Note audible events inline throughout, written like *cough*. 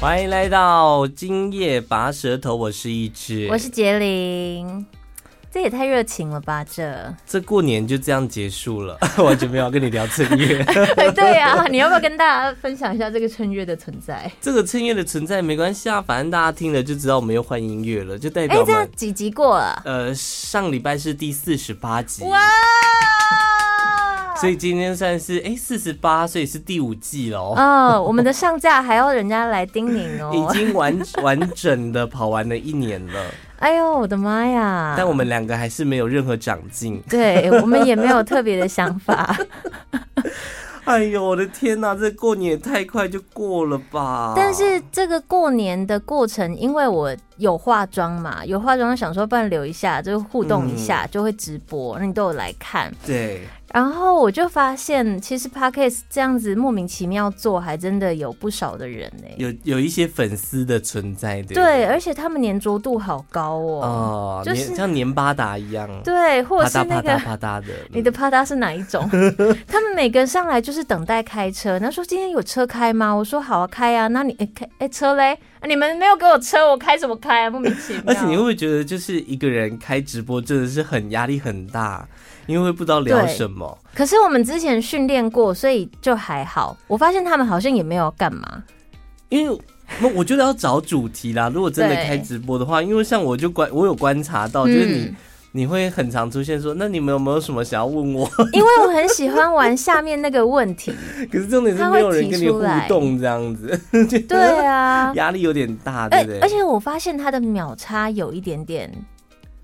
欢迎来到今夜拔舌头，我是一只，我是杰林。这也太热情了吧！这 *laughs* 这过年就这样结束了， *laughs* 完全没有跟你聊正 *laughs* 月。对啊，你要不要跟大家分享一下这个春月的存在？这个正月的存在没关系啊，反正大家听了就知道我们又换音乐了，就代哎、表我这们、样几集过了？呃上礼拜是第四十八集，哇！所以今天算是哎四十八，48, 所以是第五季喽。哦，我们的上架还要人家来叮咛 *laughs* 已哦。经 *laughs* 完完整的跑完了一年了，哎呦，我的妈呀！但我们两个还是没有任何长进。对我们也没有特别的想 *laughs* 法，哦哎呦，我的天哪、这过年也太快就过了吧？但是这个过年的过程，因为我有化妆嘛，有化妆想说不然留一下，就是互动一嗯下，就会直播，那你都有来看。对，然后我就发现，其实 podcast 这样子莫名其妙做，还真的有不少的人呢、有有一些粉丝的存在，对不对，而且他们粘着度好高哦。哦，就黏是像黏巴达一样，对，或啪是嗒啪那个嗒啪嗒的。你的嗯啪嗒是哪一 *laughs* 种？他们每个人上来就是等待开车，他说今天有车开吗？我说好啊，开啊。那你诶开哎、车嘞、啊你们没有给我车，我开什么开啊？莫名其妙。而且你会不会觉得，就是一个人开直播真的是很压力很大，因为会不知道聊对什么。可是我们之前训练过，所以就还好。我发现他们好像也没有干嘛。因为我我觉得要找主题 *laughs* 啦。如果真的对开直播的话，因为像我就观我有观察到，就是你、嗯你会很常出现说，那你们有没有什么想要问我？因为我很喜欢玩下面那个问题。 *laughs* 可是重点是没有人跟你互他会提出动，这样子对啊，压力有点大，对而不对？而且我发现他的秒差有一点点，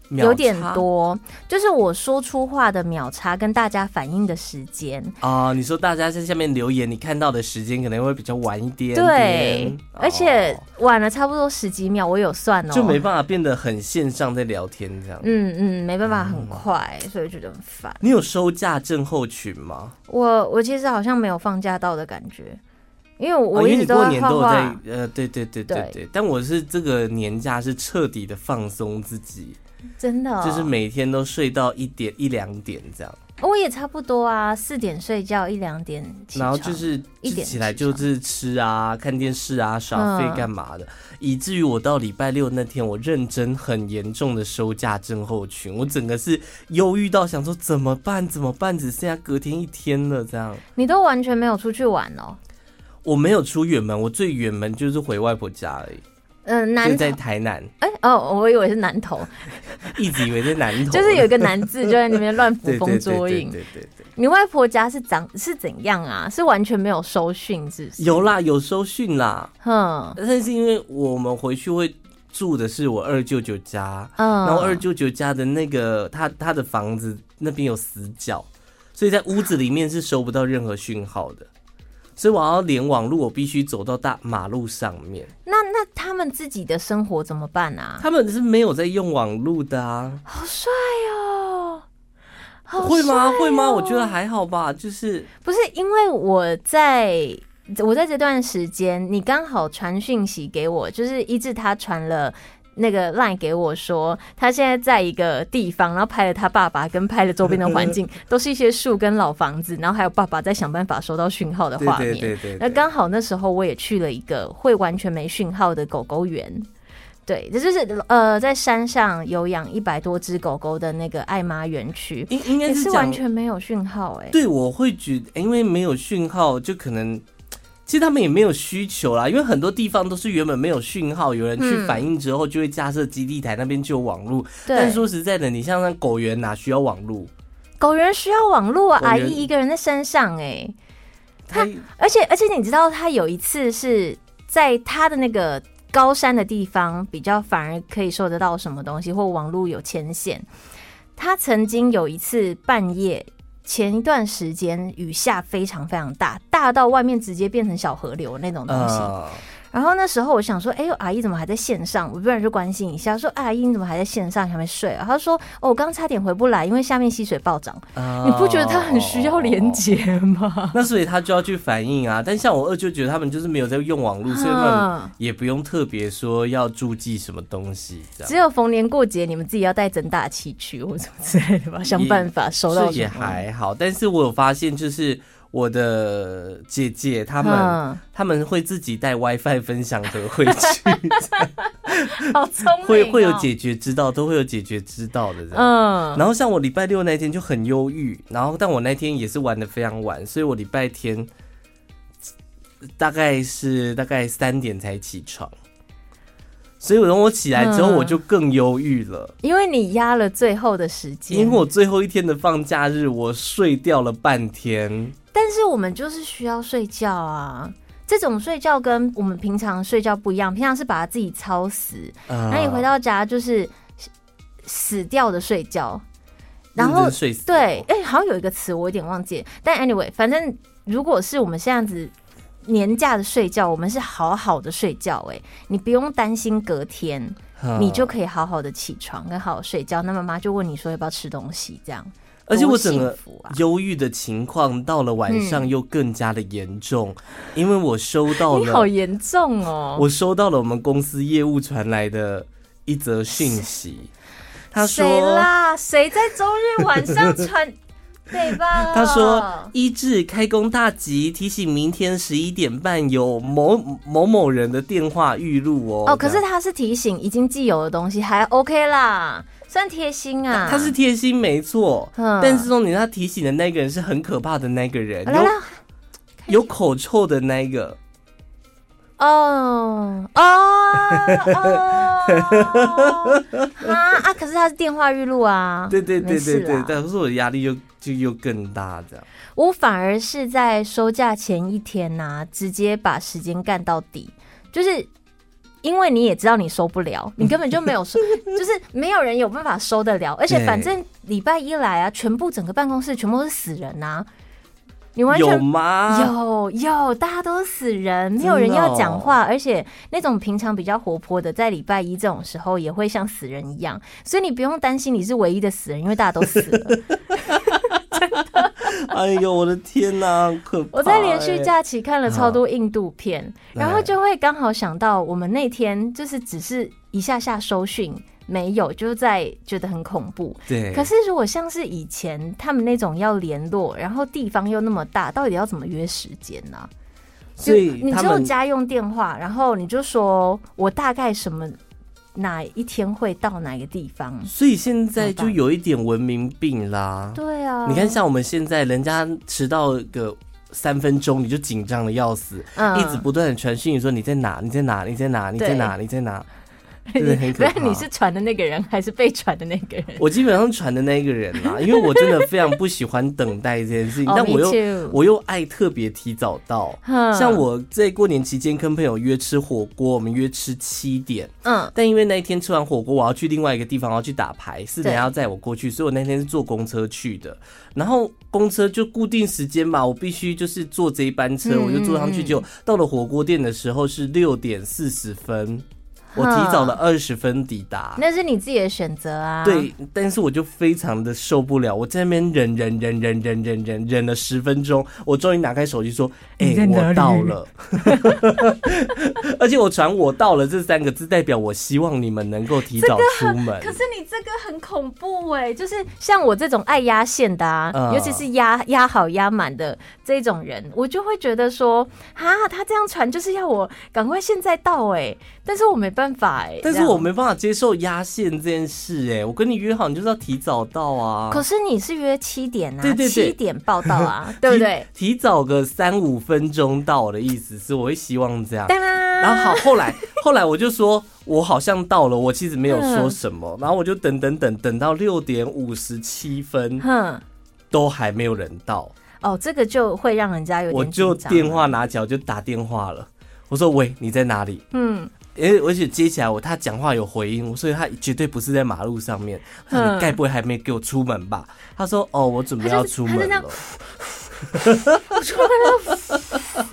秒有点差多，就是我说出话的秒差跟大家反应的时间。啊、你说大家在下面留言，你看到的时间可能会比较晚一点点对，哦而且晚了差不多十几秒，我有算哦。就没办法变得很线上在聊天这样。嗯嗯，没办法，很快，嗯所以觉得很烦。你有收假症候群吗？我我其实好像没有放假到的感觉，因为哦我因一为你直都过在年画都有画。在，呃，对对对对对。对但我是这个年假是彻底的放松自己，真的哦、就是每天都睡到一点一两点这样，我也差不多啊，四点睡觉，一两点起然后床就是一就点起来起床就是吃啊、看电视啊、耍废嗯干嘛的，以至于我到礼拜六那天，我认真很严重的收假症候群，我整个是忧郁到想说怎么办怎么办，只剩下隔天一天了这样。你都完全没有出去玩哦。我没有出远门，我最远门就是回外婆家而已，嗯、就南投在，台南，哎、哦，我以为是南投，一直以为在南投， *laughs* 就是有一个南字就在那边乱对捕对风对捉对影。对对对。你外婆家是长是怎样啊？是完全没有收讯，是不是？有啦，有收讯啦，哼，但是因为我们回去会住的是我二舅舅家，嗯，然后二舅舅家的那个他他的房子那边有死角，所以在屋子里面是收不到任何讯号的。所以我要连网路，我必须走到大马路上面。那那他们自己的生活怎么办啊？他们是没有在用网路的啊，好帅哦，好帅会吗？会吗？哦我觉得还好吧，就是不是因为我在。我在这段时间，你刚好传讯息给我，就是一志他传了那个 line 给我说，他现在在一个地方，然后拍了他爸爸跟拍了周边的 *laughs* 环境，都是一些树跟老房子，然后还有爸爸在想办法收到讯号的对画面。对对对那对。刚好那时候我也去了一个会完全没讯号的狗狗园，对，这就是呃在山上有养一百多只狗狗的那个爱妈园区，应应该也是是讲完全没有讯号哎、对，我会觉得，因为没有讯号，就可能其实他们也没有需求啦，因为很多地方都是原本没有讯号，有人去嗯反映之后就会架设基地台，那边就有网络。但对，说实在的，你像那狗园哪需要网络？狗园需要网络啊，狗园阿姨一个人在山上哎、它而且而且你知道他有一次是在他的那个。高山的地方比较反而可以收得到什么东西，或网络有牵线。他曾经有一次半夜前一段时间雨下非常非常大，大到外面直接变成小河流那种东西。呃，然后那时候我想说，哎、呦，阿姨怎么还在线上？我不然就关心一下，说阿姨你怎么还在线上，还没睡啊？她说，哦，我刚差点回不来，因为下面溪水暴涨。呃哦你不觉得它很需要连？接 *laughs* 吗？那所以他就要去反映啊。但像我二舅觉得他们就是没有在用网络，所以他们嗯也不用特别说要注记什么东西，这只样有逢年过节，你们自己要带增大器去或什么之类的吧，想办法收到这也什么还好。但是我有发现就是。我的姐姐他他们，嗯 *laughs* 他们会自己带 WiFi 分享盒回 *laughs* 去，好聪明、哦，会会有解决之道，都会有解决之道的这样。嗯，然后像我礼拜六那天就很忧郁，然后但我那天也是玩的非常晚，所以我礼拜天大概是大概三点才起床，所以我等我起来之后嗯我就更忧郁了，因为你压了最后的时间，因为我最后一天的放假日我睡掉了半天，但是我们就是需要睡觉啊。这种睡觉跟我们平常睡觉不一样，平常是把自己操死，那那、你回到家就是死死掉的睡觉，然后睡死，对，，哎、好像有一个词我有点忘记了，但 anyway，反正如果是我们这样子年假的睡觉，我们是好好的睡觉、哎，你不用担心隔天，嗯你就可以好好的起床跟好好睡觉。那妈妈就问你说要不要吃东西，这样，而且我多整个幸福啊，忧郁的情况到了晚上嗯又更加的严重，因为哦我收到你好了严重哦，我收到了我们公司业务传来的一则讯息，他谁说啦？谁在周日晚 *laughs* 上传？对吧？哦他说一至开工大吉，提醒明天十一点半有某某某人的电话预录哦。哦，可这是样他是提醒已经既有的东西，还 OK 啦，算贴心啊。他是贴心没错，嗯但是重点他提醒的那个人是很可怕的那个人，来了有有口臭的那一个。哦 *laughs* 哦哦啊啊！可是他是电话预录啊，对对对没对事对啦，但是我的压力又就又更大这样。我反而是在收假前一天呐、直接把时间干到底，就是因为你也知道你收不了，你根本就没 *laughs* 有收，就是没有人有办法收得了，而且对反正礼拜一来啊，全部整个办公室全部都是死人呐、你完有全。吗？有有，大家都是死人，没有人要讲话，而且那种平常比较活泼的，在礼拜一这种时候也会像死人一样，所以你不用担心你是唯一的死人，因为大家都死了。哎呦，我的天哪、好可怕、我在连续哎，假期看了超多印度片，嗯然后就会刚好想到我们那天就是只是一下下收讯，没有就在觉得很恐怖。哎对，可是如果像是以前他们那种要联络，然后地方又那么大，到底要怎么约时间呢、所以你他只有们家用电话，然后你就说我大概什么哪一天会到哪个地方。所以现在怎就么办有一点文明病啦。对啊，你看，像我们现在，人家迟到个三分钟，你就紧张的要死，嗯一直不断的传讯说你在哪，你在哪，你在哪，你在哪，你在哪，真的很可怕。 *laughs* 那你是传的那个人，还是被传的那个人？我基本上传的那一个人 *laughs* 啦，因为我真的非常不喜欢等待这件事情，哦但我 me 又 too 我又爱特别提早到。哼像我在过年期间跟朋友约吃火锅，我们约吃七点，嗯，但因为那一天吃完火锅，我要去另外一个地方，我要去打牌，四点对要载我过去，所以我那天是坐公车去的。然后公车就固定时间嘛，我必须就是坐这一班车，嗯我就坐上去嗯嗯就到了火锅店的时候是六点四十分，我提哈早了二十分抵达。那是你自己的选择啊。，对，但是我就非常的受不了，我在那边忍忍忍忍忍忍忍忍了十分钟，我终于拿开手机说：“哎、你在哪我里到了。” *laughs* 而且我传“我到了”这三个字，代表我希望你们能够提早出门。可是你这个很恐怖哎、就是像我这种爱压线的啊，嗯尤其是压压好压满的这种人，我就会觉得说，啊，他这样传就是要我赶快现在到哎、但是我没办法哎、但这是样我。没办法接受压线这件事、哎，我跟你约好，你就是要提早到啊。可是你是约七点啊，对对对七点报 *laughs* 到啊，对不对？提？提早个三五分钟到我的意思是，我会希望这样。当然，然后好，后来后来我就说，我好像到了，我其实没有说嗯什么。然后我就等等等等到六点五十七分，哼，都还没有人到，哦，这个就会让人家有我点就紧张 *laughs* 电，话拿起来我就打电话了。我说：“喂，你在哪里嗯，？”而而且接起来我他讲话有回音，所以他绝对不是在马路上面。他说嗯你该不会还没给我出门吧？他说：“哦，我准备他要就是出他就门这样了。”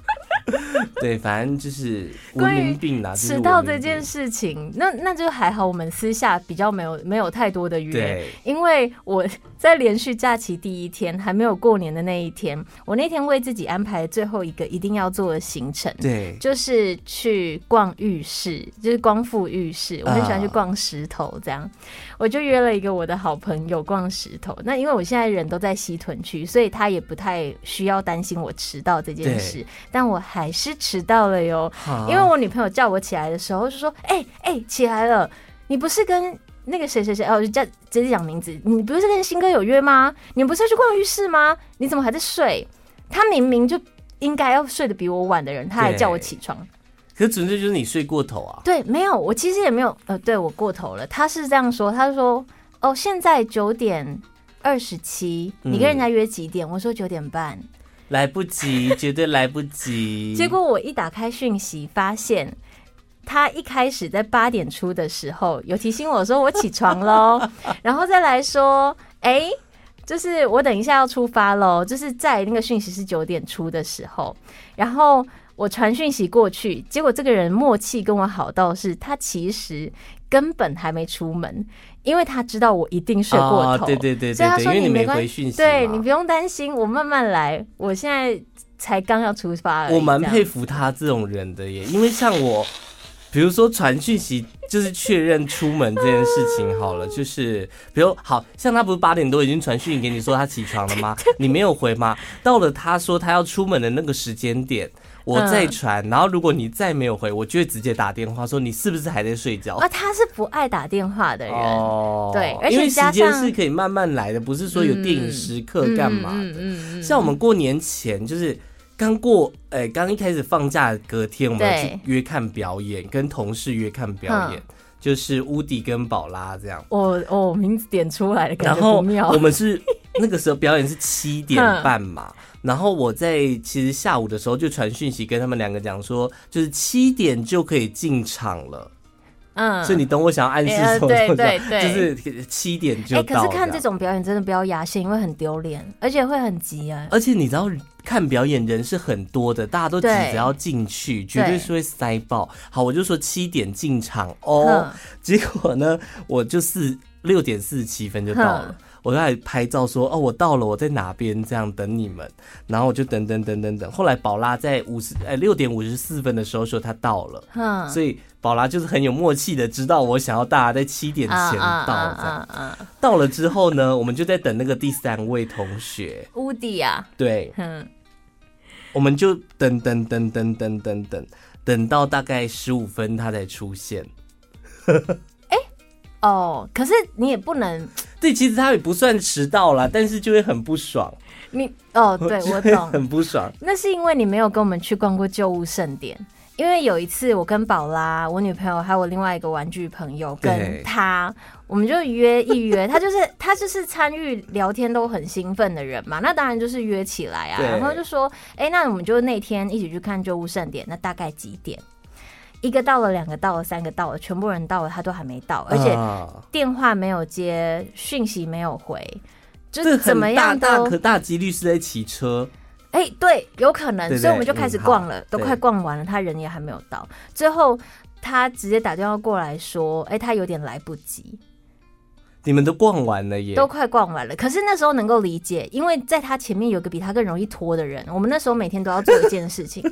对，反正就是无关于名病啦。就是迟到文明这件病，事情，那那就还好，我们私下比较没有没有太多的约。对，因为我在连续假期第一天，还没有过年的那一天，我那天为自己安排最后一个一定要做的行程，对，就是去逛浴室，就是光复浴室，我很喜欢去逛石头这样。我就约了一个我的好朋友逛石头。那因为我现在人都在西屯区，所以他也不太需要担心我迟到这件事。但我还是迟到了哟，好因为我女朋友叫我起来的时候就说：“哎、哎、起来了，你不是跟……”那个谁谁谁哦，我就叫直接讲名字。你不是跟新哥有约吗？你不是去逛浴室吗？你怎么还在睡？他明明就应该要睡得比我晚的人，他还叫我对起床。可是纯粹就是你睡过头啊。对，没有，我其实也没有，呃，对我过头了。他是这样说，他说，哦，现在九点二十七，你跟人家约几点？我说九点半。来不及，绝对来不及。结果我一打开讯息，发现他一开始在八点出的时候有提醒我说我起床喽， *laughs* 然后再来说，哎、就是我等一下要出发喽，就是在那个讯息是九点出的时候，然后我传讯息过去，结果这个人默契跟我好到是他其实根本还没出门，因为他知道我一定睡过哦、头，对对对所对以他对，说因为你你没没关回讯息，对你不。用担心，我慢慢来，我现在才刚要出发而已，我蛮这样佩服他这种人的耶，因为像我，比如说传讯息，就是确认出门这件事情 *laughs* 好了，就是比如好像他不是八点多已经传讯息给你说他起床了 *laughs* 吗？你没有回吗？到了他说他要出门的那个时间点。我嗯再传，然后如果你再没有回，我就会直接打电话说你是不是还在睡觉？啊，他是不爱打电话的人，哦对而且因为时加间上是可以慢慢来的，不是说有电影时刻干嘛的。嗯像我们过年前就是刚过，哎、刚一开始放假的隔天，我们对去嗯约看表演，跟同事约看表演，就是乌迪跟宝拉这样。我哦，名字点出来了，然感觉后不妙我。们是那个时候表演是七点半嘛，嗯然后我在其实下午的时候就传讯息跟他们两个讲说，就是七点就可以进场了，嗯所以你懂我想要暗示哎呃什么？对什么对 *laughs* 对就是七点就哎、到这可样。是看这种表演真的不要压线，因为很丢脸，而且会很急啊。而且你知道，看表演人是很多的，大家都急对着要进去，绝对是会塞爆。好，我就说七点进场哦哼，结果呢，我就四六点四十七分就到了哼。我就还拍照说哦，我到了，我在哪边这样等你们，然后我就等等等等等。后来宝拉在五十呃六点五十四分的时候说她到了，哼，所以宝拉就是很有默契的知道我想要大家在七点前到这样。啊啊！到了之后呢，我们就在等那个第三位同学，乌迪啊，对，哼，我们就等等等等等等等，等到大概十五分他才出现。哦，可是你也不能，对，其实他也不算迟到啦，但是就会很不爽，你 *laughs* 哦，对就我会懂，很不爽。那是因为你没有跟我们去逛过旧物盛典。因为有一次，我跟宝拉、我女朋友还有我另外一个玩具朋友跟对她，我们就约一约。 *laughs* 她就是她就是参与聊天都很兴奋的人嘛，那当然就是约起来啊。对然后就说，哎、那我们就那天一起去看旧物盛典，那大概几点？一个到了，两个到了，三个到了，全部人到了，他都还没到，而且啊电话没有接，讯息没有回，就这是很怎么样大都大可大几率是在骑车，哎、对，有可能，对不所以我们对就开始嗯逛好了，都对快逛完了，他人也还没有到，最后他直接打电话过来说，哎、他有点来不及，你们都逛完了耶都。快逛完了。可是那时候能够理解，因为在他前面有个比他更容易拖的人，我们那时候每天都要做一件 *laughs* 事情，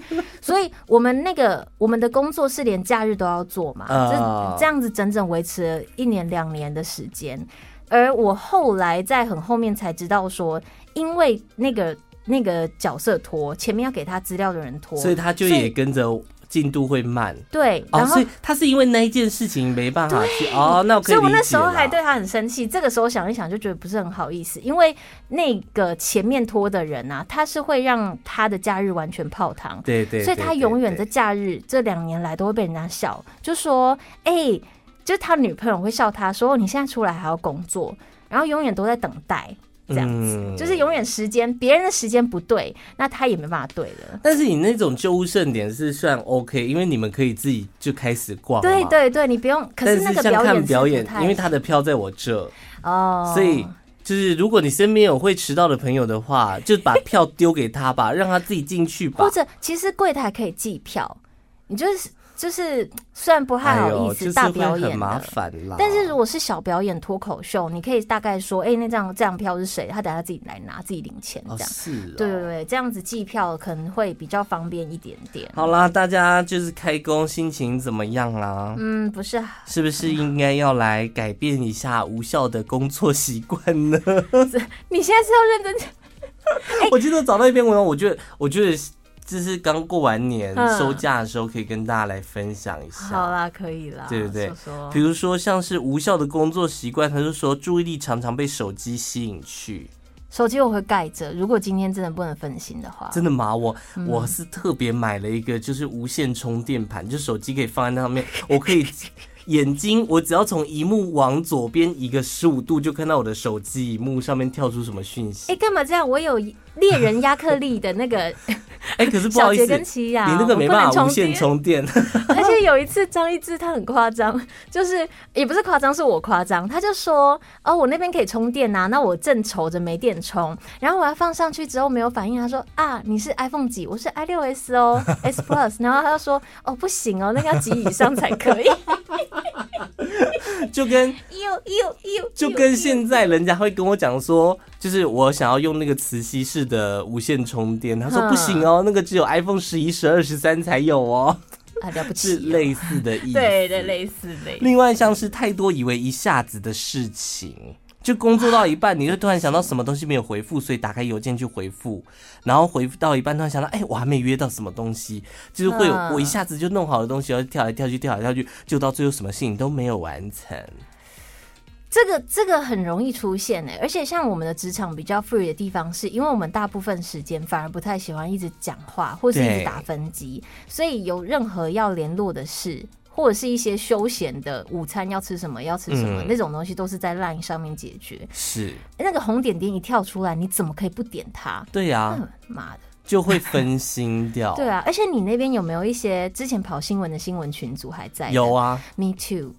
所以我们那个我们的工作是连假日都要做嘛，啊这这样子整整维持了一年两年的时间。而我后来在很后面才知道说，因为那个。那个角色拖，前面要给他资料的人拖，所以他就所以也跟着进度会慢。对，哦，然后、所以他是因为那一件事情没办法去哦，那我可所以以理解我那时候啦还对他很生气。这个时候想一想，就觉得不是很好意思，因为那个前面拖的人啊，他是会让他的假日完全泡汤，对对，所以对他对永远对在假日这两年来都会被人家笑，就说：“哎、就是他女朋友会笑他说哦你现在出来还要工作，然后永远都在等待，这样子，嗯就是永远时间别人的时间不对，那他也没办法对了。”但是你那种旧物盛典是算 OK，因为你们可以自己就开始逛嘛。对对对，你不用。可但那个像表演看是表不演，太因为他的票在我这，哦，所以就是如果你身边有会迟到的朋友的话，就把票丢给他吧，让他自己进去吧或。者其实柜台可以计票，你就是就是虽然不太哎好呦，意就思、是大会表很演麻的。烦啦。但是如果是小表演脱口秀，你可以大概说，哎、那张这张票是谁？他等下自己来拿，自己领钱这哦样。是哦对对对，这样子计票可能会比较方便一点点。好啦，大家就是开工心情怎么样啦？嗯，不是，是不是应该要来改变一下无效的工作习惯呢？哎你现在是要认真， *laughs* 我记得找到一篇文章，我觉得，我觉得这是刚过完年嗯收假的时候，可以跟大家来分享一好下。啦，可以啦，啊对对对说说比如说，像是无效的工作习惯，他就说注意力常常被手机吸引去。手机我会盖着，如果今天真的不能分心的话，真的吗？我嗯我是特别买了一个，就是无线充电盘，就手机可以放在那上面，我可以 *laughs* 眼睛，我只要从荧幕往左边移个十五度，就看到我的手机荧幕上面跳出什么讯息哎，。干嘛这样？我有猎人亚克力的那个哎、可 *laughs* 是不小好意杰思，跟你奇亚，那个没我不能办法无重叠线充电， *laughs* *laughs* 而且有一次张一智他很夸张， *laughs* 就是也不是夸张，是我夸张，他就说哦，我那边可以充电呐、那我正愁着没电充，然后我要放上去之后没有反应，他说啊，你是 iPhone 几？我是 i 六 s 哦，S Plus，然后他就说哦，不行哦，那个要几以上才可以，就跟呦呦哎呦，就跟现现在人家会跟我讲说，就是我想要用那个磁吸式的无线充电，他说哼不行哦，那个只有 iPhone 十一、十二、十三才有哦，啊了不是起哦、类似的意思。对对，类似类似，另外像是太多以为一下子的事情，就工作到一半，你就突然想到什么东西没有回复，所以打开邮件去回复，然后回复到一半，突然想到，哎、我还没约到什么东西，就是会有嗯我一下子就弄好的东西，然后跳来跳去，跳来跳去，就到最后什么事情都没有完成。这个这个很容易出现哎、而且像我们的职场比较 free 的地方是，因为我们大部分时间反而不太喜欢一直讲话或是一对直打分机，所以有任何要联络的事。或者是一些休闲的午餐要吃什么要吃什么、嗯那种东西都是在 LINE 上面解决。是那个红点点一跳出来，你怎么可以不点它？对啊呀、嗯妈的！就会分心掉。对啊，而且你那边有没有一些之前跑新闻的新闻群组还在的？有啊， Me too。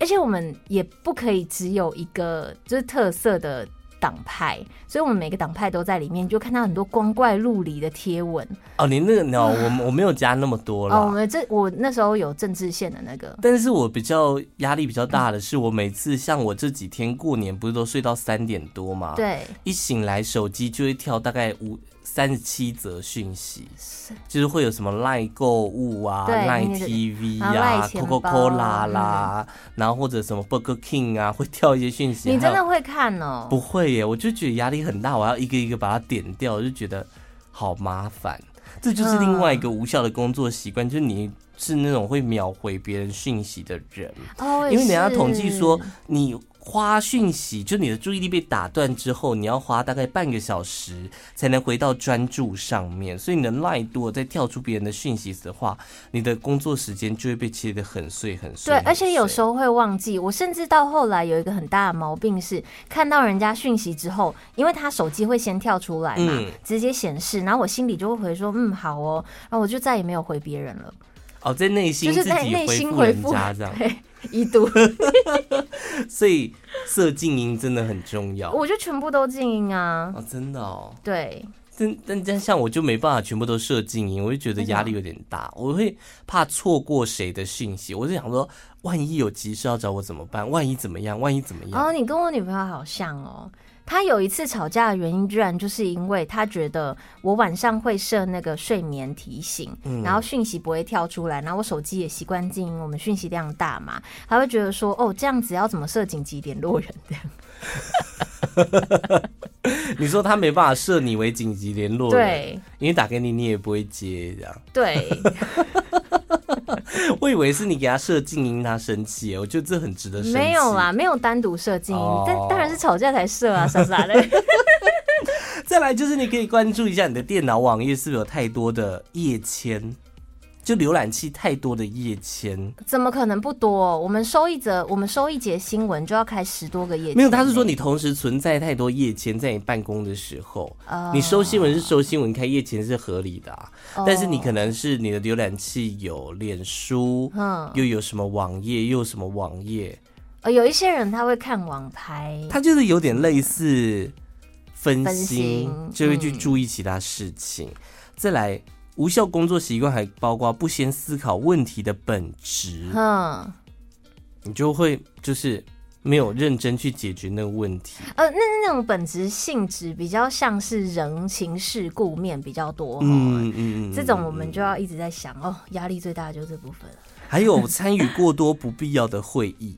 而且我们也不可以只有一个就是特色的党派，所以我们每个党派都在里面，你就看到很多光怪陆离的贴文。哦，你那个 no，我我没有加那么多啊哦，我啦。们这我那时候有政治线的那个，但是我比较压力比较大的是，我每次像我这几天过年不是都睡到三点多嘛，，对，一醒来手机就会跳大概五三十七则讯息，是就是会有什么赖购物啊、对赖那个 TV 然后赖啊、钱包嗯 Coca Cola 啦，然后或者什么 Burger King 啊，会跳一些讯息。你真还有的会看哦？不会耶，我就觉得压力很大，我要一个一个把它点掉，我就觉得好麻烦。这就是另外一嗯个无效的工作习惯，就是你是那种会秒回别人讯息的人，哦，我也因为人家是统计说，你花讯息，就你的注意力被打断之后，你要花大概半个小时才能回到专注上面，所以你的 line 如果再跳出别人的讯息的话，你的工作时间就会被切得很碎很碎。对，很而且有碎时候会忘记。我甚至到后来有一个很大的毛病是，看到人家讯息之后，因为他手机会先跳出来嘛，嗯直接显示，然后我心里就会回说，嗯，好哦，然后我就再也没有回别人了，哦，在内心就是自在己内心复回人复家这样。已读，所以设静音真的很重要我就全部都静音啊。哦，真的哦。对，但但但像我就没办法全部都设静音，我就觉得压力有点大，我会怕错过谁的讯息，我就想说，万一有急事要找我怎么办？万一怎么样？万一怎么然样？后哦你跟我女朋友好像哦。她有一次吵架的原因，居然就是因为她觉得我晚上会设那个睡眠提醒，嗯然后讯息不会跳出来，然后我手机也习惯静音，我们讯息量大嘛，她会觉得说，哦，这样子要怎么设紧急联络人这样？你说他没办法设你为紧急联络人，对因为打给你你也不会接，这样。 *laughs* 对，我以为是你给他设静音，他生气，我觉得这很值得生气。没有啦，没有单独设静音，哦但当然是吵架才设啊，傻傻的。 *laughs* 再来就是你可以关注一下你的电脑网页是不是有太多的页签，就浏览器太多的页签。怎么可能不多？我们收一则，我们收一节新闻就要开十多个页。没有，他是说你同时存在太多页签在你办公的时候，哦你收新闻是收新闻，开页签是合理的、啊，哦但是你可能是你的浏览器有脸书，嗯又有什么网页，又有什么网页，呃，有一些人他会看网拍，他就是有点类似分分心心，就会去嗯注意其他事情。再来，无效工作习惯还包括不先思考问题的本质，嗯，你就会就是没有认真去解决那个问题。呃，那那种本质性质比较像是人情世故面比较多、哦，嗯嗯嗯，这种我嗯们就要一直在想哦，压力最大的就是这部分了，还有参与过多不必要的会 *laughs* 议，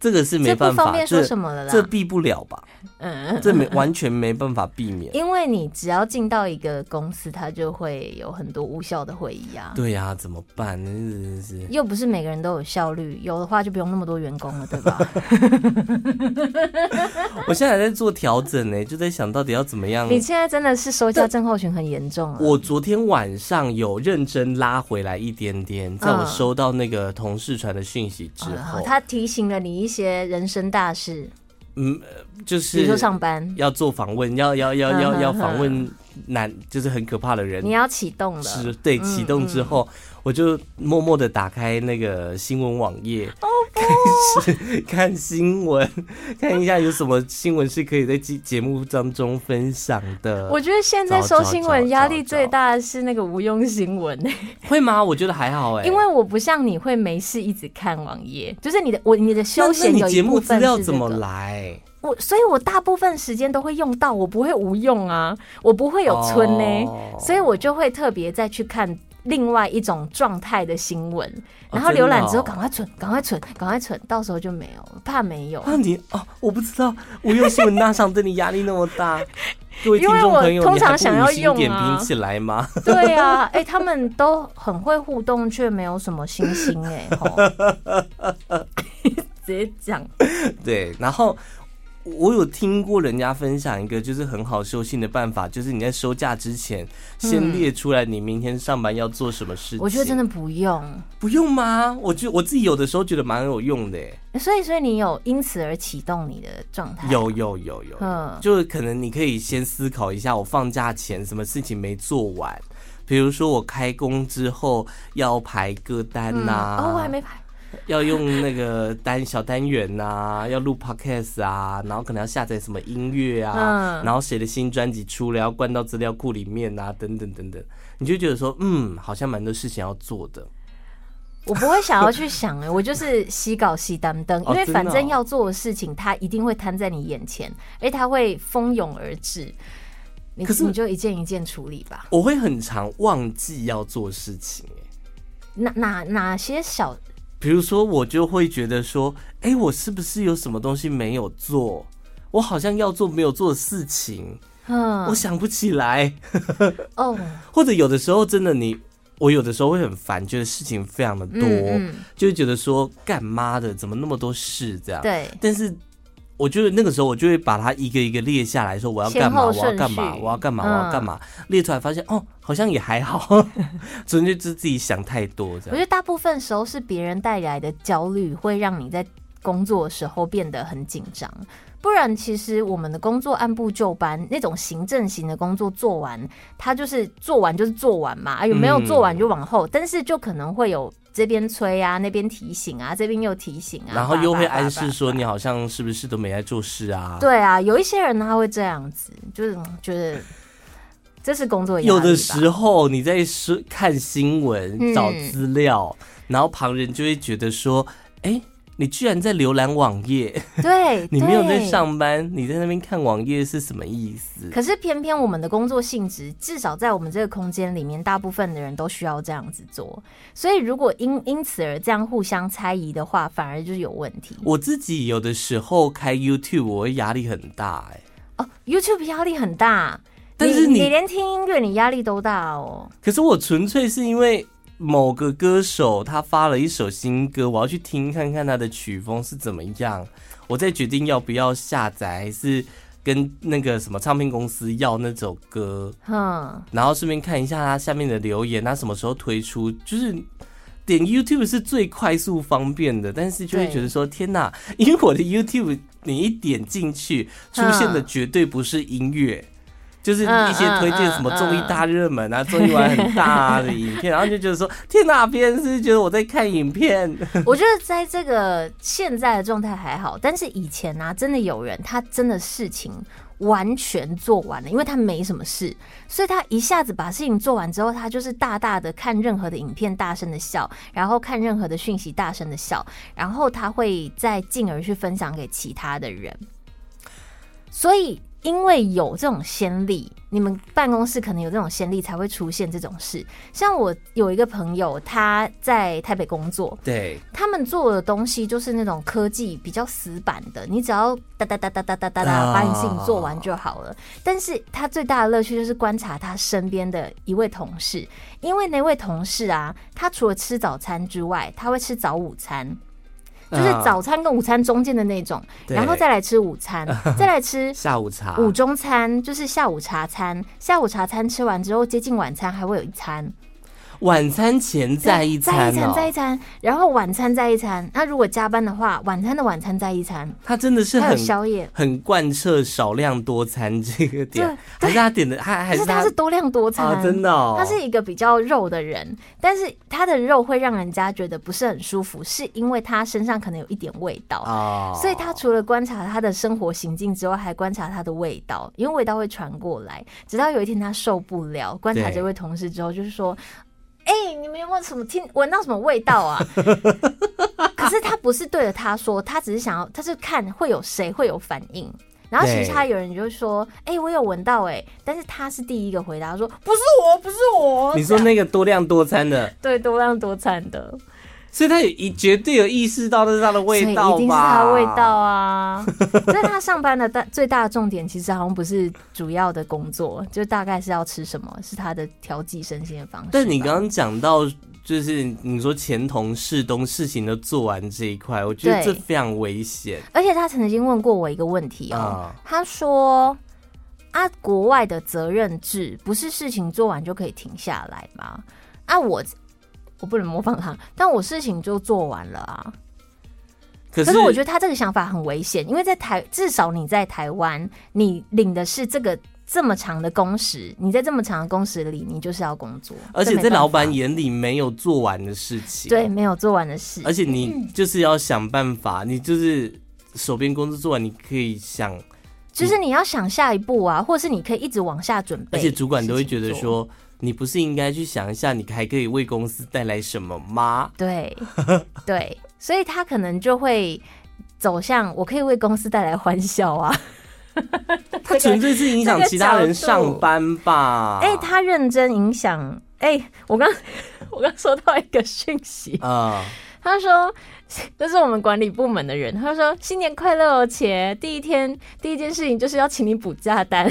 这个是没这不办法，方便说这什么了这啦。避不了吧？嗯，这没完全没办法避 *laughs* 免。因为你只要进到一个公司，它就会有很多无效的会议啊。对呀、怎么办？真的是又不是每个人都有效率，有的话就不用那么多员工了，*laughs* 对吧？我现在还在做调整呢、就在想到底要怎么样。你现在真的是收家症候群很严重了。我昨天晚上有认真拉回来一点点，在我嗯收到那个同事传的讯息之哦后，他提醒了你一些人生大事，就比如说是上班，要做访问，要要要嗯要哼要哼访问男，就是很可怕的人你要启动了。是对启动之后，嗯我就默默的打开那个新闻网页，哦 *laughs* 开始看新闻， *laughs* 看一下有什么新闻是可以在节节目当中分享的。我觉得现在收新找找闻压找力找最大的是那个无用新闻，会吗？我觉得还好哎、因为我不像你会没事一直看网页，就是你的我你的休那闲那有你一节部目分资是这料怎么个来？我所以，我大部分时间都会用到，我不会无用啊，我不会有村呢、哦所以我就会特别再去看另外一种状态的新闻，哦然后浏览之后真的哦赶快存，赶快存，赶快存，到时候就没有了，怕没有。啊你哦，我不知道，我用新闻大赏对你压力那么 *laughs* 大。各位因听为众我朋友，通你常还不想五要星用点啊评起来吗？对啊，哎、他们都很会互动，却没有什么星星哎、吼直接讲，对，然后我有听过人家分享一个就是很好修行的办法，就是你在休假之前先列出来你明天上班要做什么事情。我觉得真的的不用。不用吗？我觉我自己有的时候觉得蛮有用的耶，所以，所以你有因此而启动你的状态？有有有有，嗯就是可能你可以先思考一下，我放假前什么事情没做完。比如说，我开工之后要排歌单啊呐、哦，我还没排。要用那个单小单元 *laughs* 呐、要录 podcast 啊，然后可能要下载什么音乐啊，嗯然后谁的新专辑出了要灌到资料库里面啊，等等等等，你就觉得说，嗯，好像蛮多事情要做的。我不会想要去想哎、我就是西搞西担当，哦因为真的反正哦要做的事情，它一定会摊在你眼前，而它会蜂拥而至。你可是你就一件一件处理吧。我会很常忘记要做事情、欸，哪哪哪些小比如说我就会觉得说，哎、我是不是有什么东西没有做？我好像要做没有做的事情，嗯我想不起来。哦或者有的时候真的你，我有的时候会很烦，觉得事情非常的多，嗯嗯就会觉得说干妈的怎么那么多事这样。对但是我觉得那个时候我就会把它一个一个列下来说我要干嘛，先后我要顺序干嘛，我要干嘛，我要嗯干嘛，列出来发现哦好像也还好， *laughs* 纯粹就是自己想太多这我觉样。得大部分时候是别人带来的焦虑，会让你在工作的时候变得很紧张。不然，其实我们的工作按部就班，那种行政型的工作做完，它就是做完就是做完嘛，啊，有没有嗯做完就往后，但是就可能会有这边催啊，那边提醒啊，这边又提醒啊，然后又会叭叭叭叭暗示说你好像是不是都没在做事啊？对啊，有一些人他会这样子，就是嗯觉得这是工作压力吧有的时候你在说看新闻、嗯找资料，然后旁人就会觉得说：“哎、你居然在浏览网页，对，你没有在对上班，你在那边看网页是什么意思可是偏偏我们的工作性质，至少在我们这个空间里面，大部分的人都需要这样子做。所以如果因因此而这样互相猜疑的话，反而就是有问题？”我自己有的时候开 YouTube，我会压力很大、哎，哦。YouTube 压力很大，但是你你连听音乐你压力都大哦。可是我纯粹是因为。某个歌手他发了一首新歌，我要去听看看他的曲风是怎么样，我再决定要不要下载，还是跟那个什么唱片公司要那首歌。哼，然后顺便看一下它下面的留言，它什么时候推出，就是。点 YouTube 是最快速方便的，但是就会对觉得说天哪，因为我的 YouTube 你一点进去出现的绝对不是音乐，就是一些推荐什么综艺大热门啊、综艺玩很大的影片，然后就觉得说，天哪，别人是觉得我在看影片，我觉得在这个现在的状态还好，但是以前啊，真的有人他真的事情完全做完了，因为他没什么事，所以他一下子把事情做完之后，他就是大大的看任何的影片，大声的笑，然后看任何的讯息，大声的笑，然后他会再进而去分享给其他的人。所以，因为有这种先例，你们办公室可能有这种先例，才会出现这种事。像我有一个朋友，他在台北工作，对，他们做的东西就是那种科技比较死板的，你只要哒哒哒哒哒哒哒哒啊把你事情做完就好了。但是他最大的乐趣就是观察他身边的一位同事，因为那位同事啊，他除了吃早餐之外，他会吃早午餐。就是啊早餐跟午餐中间的那种，对啊然后再来吃午餐，再来吃下午茶，午中餐，就是下午茶餐。下午茶餐吃完之后，接近晚餐还会有一餐，晚餐前再一再餐一餐，再一哦，餐，然后晚餐再一餐。那如果加班的话，晚餐的晚餐再一餐，他真的是还有很宵夜。很贯彻少量多餐这个点，对还是他点的，还还但是是他是多量多餐，啊，真的哦，他是一个比较肉的人，但是他的肉会让人家觉得不是很舒服，是因为他身上可能有一点味道。哦，所以他除了观察他的生活行径之外，还观察他的味道，因为味道会传过来。直到有一天他受不了，观察对这位同事之后，就是说：“ *laughs* 哎、你们有没有什么听闻到什么味道啊？” *laughs* 可是他不是对着他说，他只是想要，他是看会有谁会有反应。然后其对他有人就说：“哎、我有闻到哎、但是他是第一个回答说：“不是我，不是我。”你说那个多量多餐的， *laughs* 对多量多餐的，所以他有一绝对有意识到那是他的味道吧，所以一定是它的味道啊。 *laughs* 所以他上班的大最大的重点，其实好像不是主要的工作，就大概是要吃什么，是他的调剂身心的方式吧。但你刚刚讲到，就是你说前同事东事情都做完这一块，我觉得对这非常危险而且他曾经问过我一个问题哦，啊。他说。啊，国外的责任制不是事情做完就可以停下来吗？啊，我我不能模仿他，但我事情就做完了啊。可可是是我觉得他这个想法很危险，因为在台至少你在台湾，你领的是这个这么长的工时，你在这么长的工时里，你就是要工作，而且这没在办法老板眼里没有做完的事情，对，没有做完的事，而且你就是要想办法，你就是手边工作做完，你可以想，就是你要想下一步啊，或是你可以一直往下准而备。且主管都会觉得事情做，说，你不是应该去想一下，你还可以为公司带来什么 *laughs* 吗？对 *laughs* 对，所以他可能就会走向我可以为公司带来欢笑啊。他纯粹是影响这个其他人角度上班吧？哎、他认真影响。哎、我刚我刚收到一个讯息，啊，他说：“ *laughs* 这是我们管理部门的人。”他说：“新年快乐哦，姐！第一天第一件事情就是要请你补 *laughs* 假单。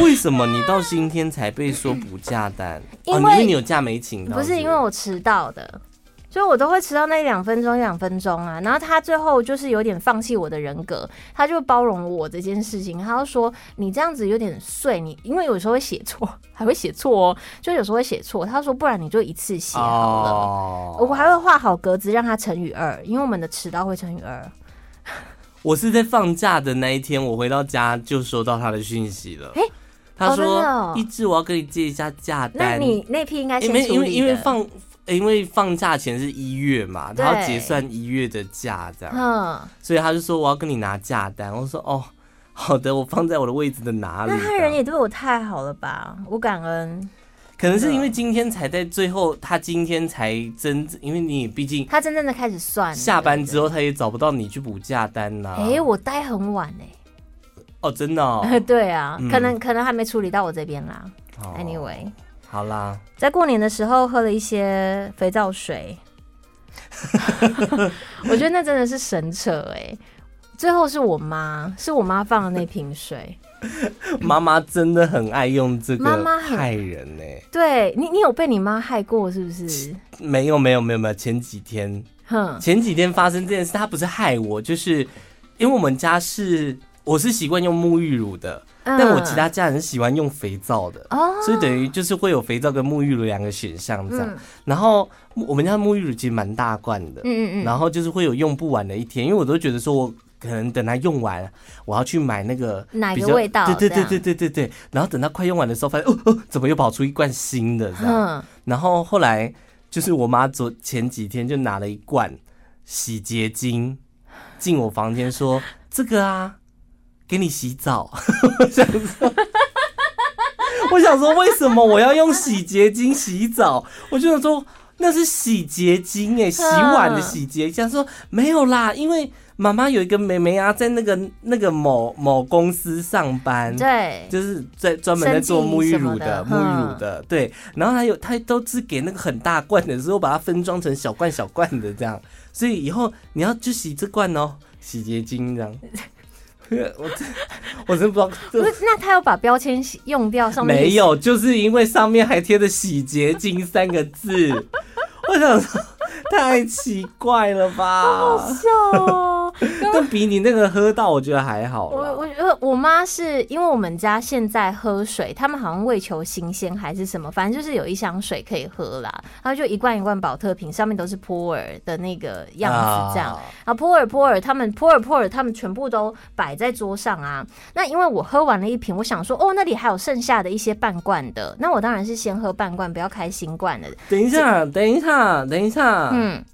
为什么你到今天才被说补假单？因哦，为你因为你有假没请到，不是因为我迟到的，所以我都会迟到那一两分钟、一两分钟啊。然后他最后就是有点放弃我的人格，他就包容我这件事情。他就说：你这样子有点碎，你因为有时候会写错， *laughs* 还会写错哦，就有时候会写错。他说：不然你就一次写好了。哦我还会画好格子让它乘以二，因为我们的迟到会乘以二。”我是在放假的那一天，我回到家就收到他的讯息了。诶他哦真说的哦：“一志，我要跟你借一下假那单。你那批应该诶先没因处为理因为的放因为放假前是一月嘛，对他要结算一月的假这样，嗯，所以他就说我要跟你拿假单。我说哦，好的，我放在我的位置的哪里那这他样？人也对我太好了吧？我感恩，可能是因为今天才在最后，他今天才真，因为你毕竟他真正的开始算了下班之后。后他也找不到你去补假单呐、哎、我待很晚哎、哦，真的 *laughs* 哦。对啊，嗯可能可能还没处理到我这边啦。哦 Anyway，好啦，在过年的时候喝了一些肥皂水，我觉得那真的是神扯哎、最后是我妈，是我妈放的那瓶水。妈妈真的很爱用这妈个妈很害人呢、欸对你，你有被你妈害过是不是？没有没有没有没有，前几天哼，前几天发生这件事，她不是害我，就是因为我们家是我是习惯用沐浴乳的，但我其他家人是喜欢用肥皂的。嗯哦，所以等于就是会有肥皂跟沐浴乳两个选项这样，嗯然后我们家沐浴乳其实蛮大罐的，嗯嗯嗯，然后就是会有用不完的一天，因为我都觉得说我可能等它用完，我要去买那个哪比个较味道对对这对样对对对对。然后等它快用完的时候，发现哦哦，怎么又跑出一罐新的这样？嗯，然后后来就是我妈昨前几天就拿了一罐洗洁精进我房间说：“这个啊，给你洗澡。” *laughs* 我想说，我想说为什么我要用洗洁精洗澡？我就想说那是洗洁精哎、洗碗的洗洁精。她说没有啦，因为妈妈有一个妹妹啊，在那个那个某某公司上班。对，就是在专门在做沐浴乳的生计什么的嗯沐浴乳的，对。然后还有他都是给那个很大罐的，之后把它分装成小罐小罐的这样。所以以后你要去洗这罐哦，洗洁精这样。 *laughs* 我真 *laughs* 我真不知道，不这是，那他有把标签用掉上面没有，就是因为上面还贴着“洗洁精”三个字， *laughs* 我想说太奇怪了吧？笑哦。但比你那个喝到，我觉得还好我啦。我我我妈是因为我们家现在喝水，他们好像为求新鲜还是什么，反正就是有一箱水可以喝啦，然后就一罐一罐保特瓶，上面都是波尔的那个样子这样。啊啊，波尔波尔他们波尔波尔他们全部都摆在桌上啊。那因为我喝完了一瓶，我想说哦，那里还有剩下的一些半罐的，那我当然是先喝半罐，不要开新罐的。等一下，等一下，等一下，嗯，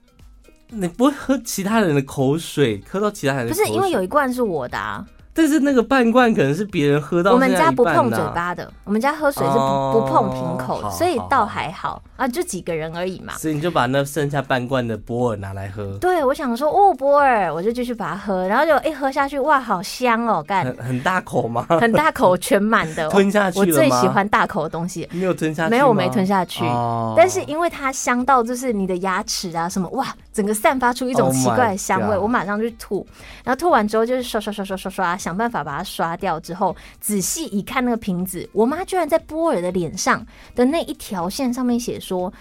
你不会喝其他人的口水，喝到其他人的不口水是因为有，一罐是我的啊，但是那个半罐可能是别人喝到、我们家不啊碰嘴，巴的，我们家喝水是不、哦不碰瓶口好的，所以好倒好还好啊，就几个人而已嘛。所以你就把那剩下半罐的波尔拿来喝，对，我想说哦，波尔，我就继续把它喝，然后就一喝下去，哇，好香哦，干很，很大口吗？很大口，全满的， *laughs* 吞下去我了吗最喜欢大口的东西，你有吞下去吗？没有，我没吞下去。哦但是因为它香到，就是你的牙齿啊什么，哇，整个散发出一种 Oh 奇怪 my 的香味 God 我马上就吐，然后吐完之后就是刷刷刷刷刷刷，想办法把它刷掉。之后仔细一看那个瓶子，我妈居然在波尔的脸上的那一条线上面写说。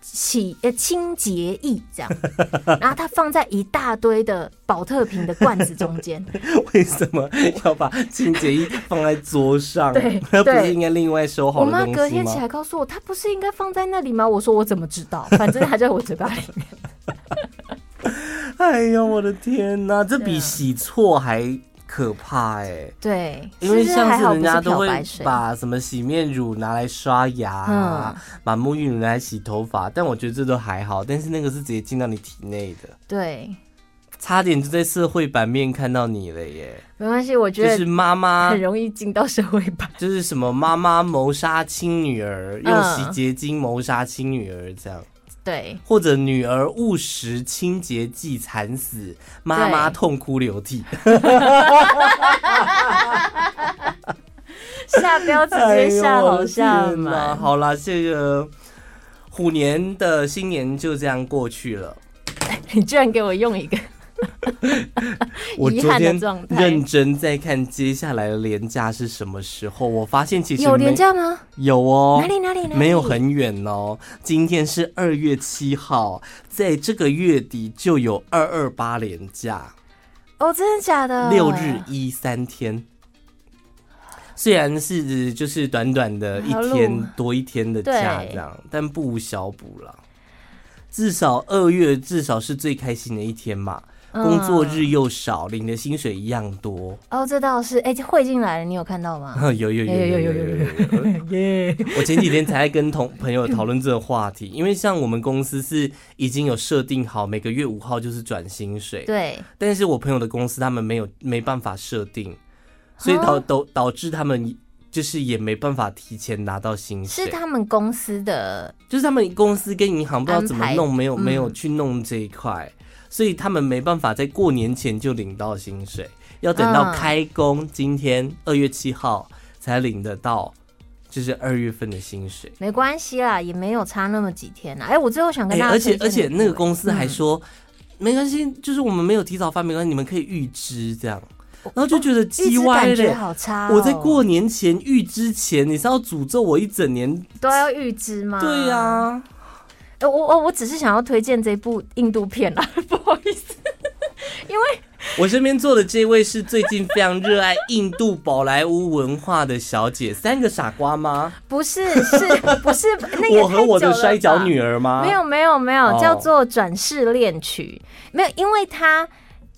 洗呃清洁液 *laughs* 这样，然后它放在一大堆的保特瓶的罐子中间，为什么要把清洁液放在桌上？对那不是对应该另外收 *laughs* 好我的妈东西吗？隔天起来告诉我，她不是应该放在那里吗？我说我怎么知道，反正它就在我嘴巴里。哎呦我的天哪，这对比啊洗错还可怕哎、对，因为是不像还是好人不家是都漂会白水。把什么洗面乳拿来刷牙、啊，嗯把沐浴乳拿来洗头发，但我觉得这都还好。但是那个是直接进到你体内的，对，差点就在社会版面看到你了耶！没关系，我就觉是得妈妈很，容易进到社会吧。就是什么妈妈谋杀亲女儿，用嗯洗洁精谋杀亲女儿这样， *laughs* 对，或者女儿误食清洁剂惨死，妈妈痛哭流涕。下标直接下好下哎呦我的天哪满。好啦，这个虎年的新年就这样过去了。 *laughs* 你居然给我用一个，我遗昨憾的天状态认真在看接下来的廉价是什么时候，我发现其实有没廉价吗？有哦啊哪。里哪里哪里？没有很远哦，今天是二月七号，在这个月底就有二二八廉价。哦，真的假的？六日一三天，虽然是就是短短的一好录天多一天的假对这样，但不无小补了。至少二月至少是最开心的一天嘛，嗯工作日又少，领的薪水一样多。 *laughs* 哦，这倒是。哎，汇进来了，你有看到吗？有有有有有有有有有！ *laughs* 耶！我前几天才在跟同朋友讨论这个话题，因为像我们公司是已经有设定好每个月五号就是转薪水，对，但是我朋友的公司他们没有没办法设定，所以导啊导导致他们就是也没办法提前拿到薪水，是他们公司的就是他们公司跟银行不知道怎么安排弄，没有嗯没有去弄这一块，所以他们没办法在过年前就领到薪水，要等到嗯开工今天二月七号才领得到，就是二月份的薪水。没关系啦，也没有差那么几天啦。哎，我最后想跟哎，大家而且推荐而且的那个部位公司还嗯说、没关系，就是我们没有提早发，没关系，你们可以预支这样，然后就觉得哦预叽知歪感嘞觉。好差哦。我在过年前预支前，你是要诅咒我一整年？都要预知吗？对呀、啊，呃，我我我只是想要推荐这部印度片啦， *laughs* 不好意思。我身边坐的这位是最近非常热爱印度宝莱坞文化的小姐，三个傻瓜吗？不是， *laughs* 是不是那个我和我的摔跤女儿儿吗？啊没有没有没有，哦叫做《转世恋曲》，没有，因为它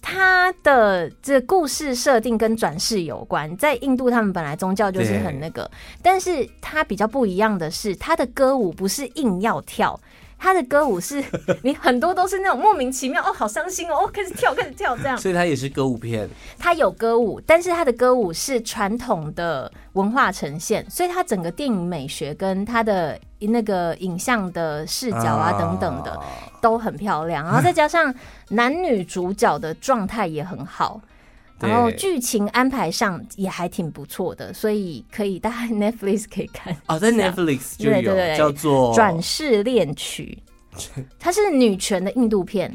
它的这故事设定跟转世有关，在印度他们本来宗教就是很那个，但是它比较不一样的是，它的歌舞不是硬要跳，它的歌舞是 *laughs* 你很多都是那种莫名其妙哦，好伤心哦，哦开始跳开始跳这样。所以它也是歌舞片，它有歌舞，但是它的歌舞是传统的文化呈现，所以它整个电影美学跟它的那个影像的视角啊等等的啊都很漂亮，然后再加上男女主角的状态也很好。对然后剧情安排上也还挺不错的，所以可以大家 *laughs* Netflix 可以看哦，在是啊 Netflix 就对对有对叫做《转世恋曲》，它是女权的印度片，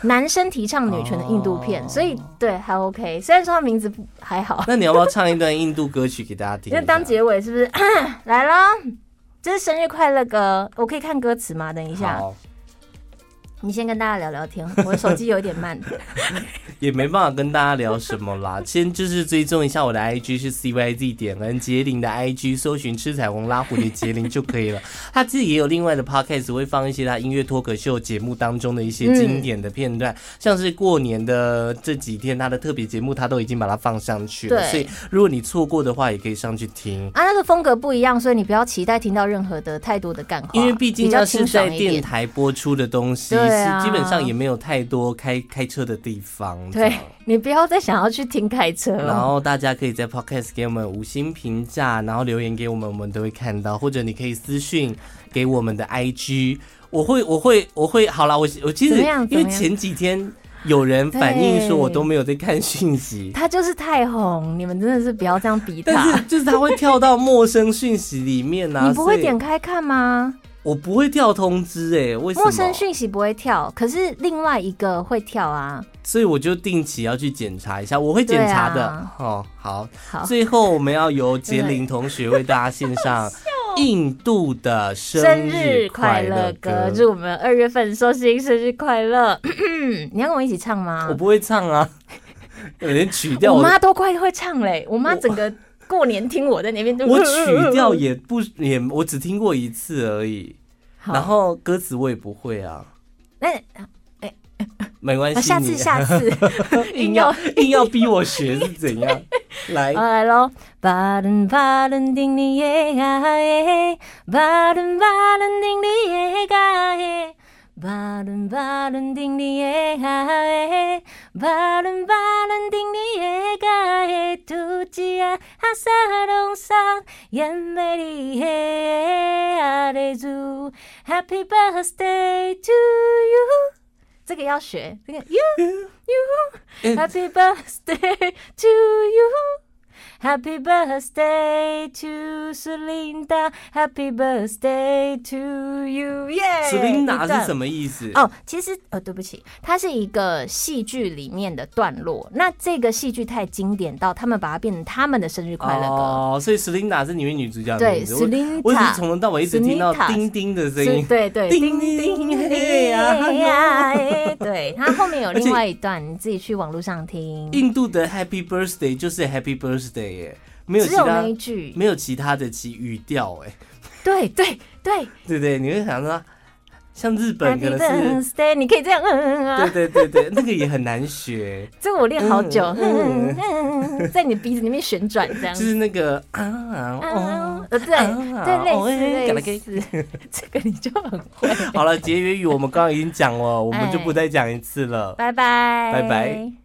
男生提倡女权的印度片，哦所以对还 OK。虽然说它名字不还 *laughs* 好，那你要不要唱一段印度歌曲给大家听一下？那当结尾是不是 *clears throat* 来啦？这是生日快乐歌，我可以看歌词吗？等一下，好，你先跟大家聊聊天，我的手机有 *laughs* 点慢。也没办法跟大家聊什么啦。 *laughs* 先就是追踪一下我的 IG 是 CYZ 点 N 杰林的 IG，搜寻吃彩虹拉蝴蝶杰林就可以了。 *laughs* 他自己也有另外的 podcast 会放一些他音乐脱口秀节目当中的一些经典的片段，像是过年的这几天他的特别节目，他都已经把它放上去了。对所以如果你错过的话，也可以上去听。啊，那个风格不一样，所以你不要期待听到任何的太多的干话，因为毕竟比较那是清在爽一电点。台播出的东西，对啊是基本上也没有太多开开车的地方。这对样你不要再想要去听开车然了。后大家可以在 Podcast 给我们五星评价，然后留言给我们，我们都会看到。或者你可以私讯给我们的 IG，我会，我会，我会。好啦，我我其怎实么样因为怎么样前几天有人反映对说我都没有在看讯息，他就是太红，你们真的是不要这样逼但他。是就是他会跳到陌生讯息里面啊。你不会所以点开看吗？我不会跳通知哎、为什么？陌生讯息不会跳，可是另外一个会跳啊。所以我就定期要去检查一下，我会检查的。对啊哦，好。好，最后我们要由杰林同学为大家献上印度的哦生生日日快快乐乐歌，歌。祝我们二月份收心生日 *clears throat* 快乐。你要跟我一起唱吗我？不会唱啊， *laughs* 有人取掉我我的，妈都快会唱嘞，我妈整个过年听我在那边就，我取掉也不也，我只听过一次而已。 *laughs* 好然后歌词我也不会啊，那呃没关系，下你次下次 *laughs* *laughs* 硬要硬要逼我学是怎样？哎来，好来喽，巴伦巴伦叮你耶嘎耶，巴伦巴伦叮你耶嘎耶，巴伦巴伦叮你耶嘎耶，巴伦巴伦叮你耶嘎耶，土鸡啊哈萨隆桑，眼美丽耶阿雷祖，Happy birthday to you。这个要学，这个 you 哎 you Happy birthday to you。Happy birthday to Selinda, Happy birthday to you，耶、yeah!！ s e l i n a 是什么？么意思？哦，其实呃、对不起，它是一个戏剧里面的段落。那这个戏剧太经典到他们把它变成他们的生日快乐歌。哦，所以 Selina 是里面女主角的对名字。 ，Selinda 我我只是从头到尾一直听到 Selinda 叮叮的声是音。对对，叮叮嘿呀嘿呀嘿对，它后面 *laughs* 有而且另外一段，你自己去网络上听，印度的 Happy Birthday 就是 Happy Birthday 耶，没有只其有他那一句，没有其他的其语调哎，对对对对不对？你会想说，像日本可，Happy 能是， birthday，你可以这样，嗯嗯嗯啊对。对对对，那个也很难 *laughs* 学，这个我练好久，嗯嗯嗯、在你的鼻子里面旋转这样就子。是那个啊哦。啊呃，对啊对，哦哎类似嘎啦类似，这个你就很 *laughs* 会。好了，节约语我们刚刚已经讲了，我们就哎不再讲一次了。拜拜，拜拜。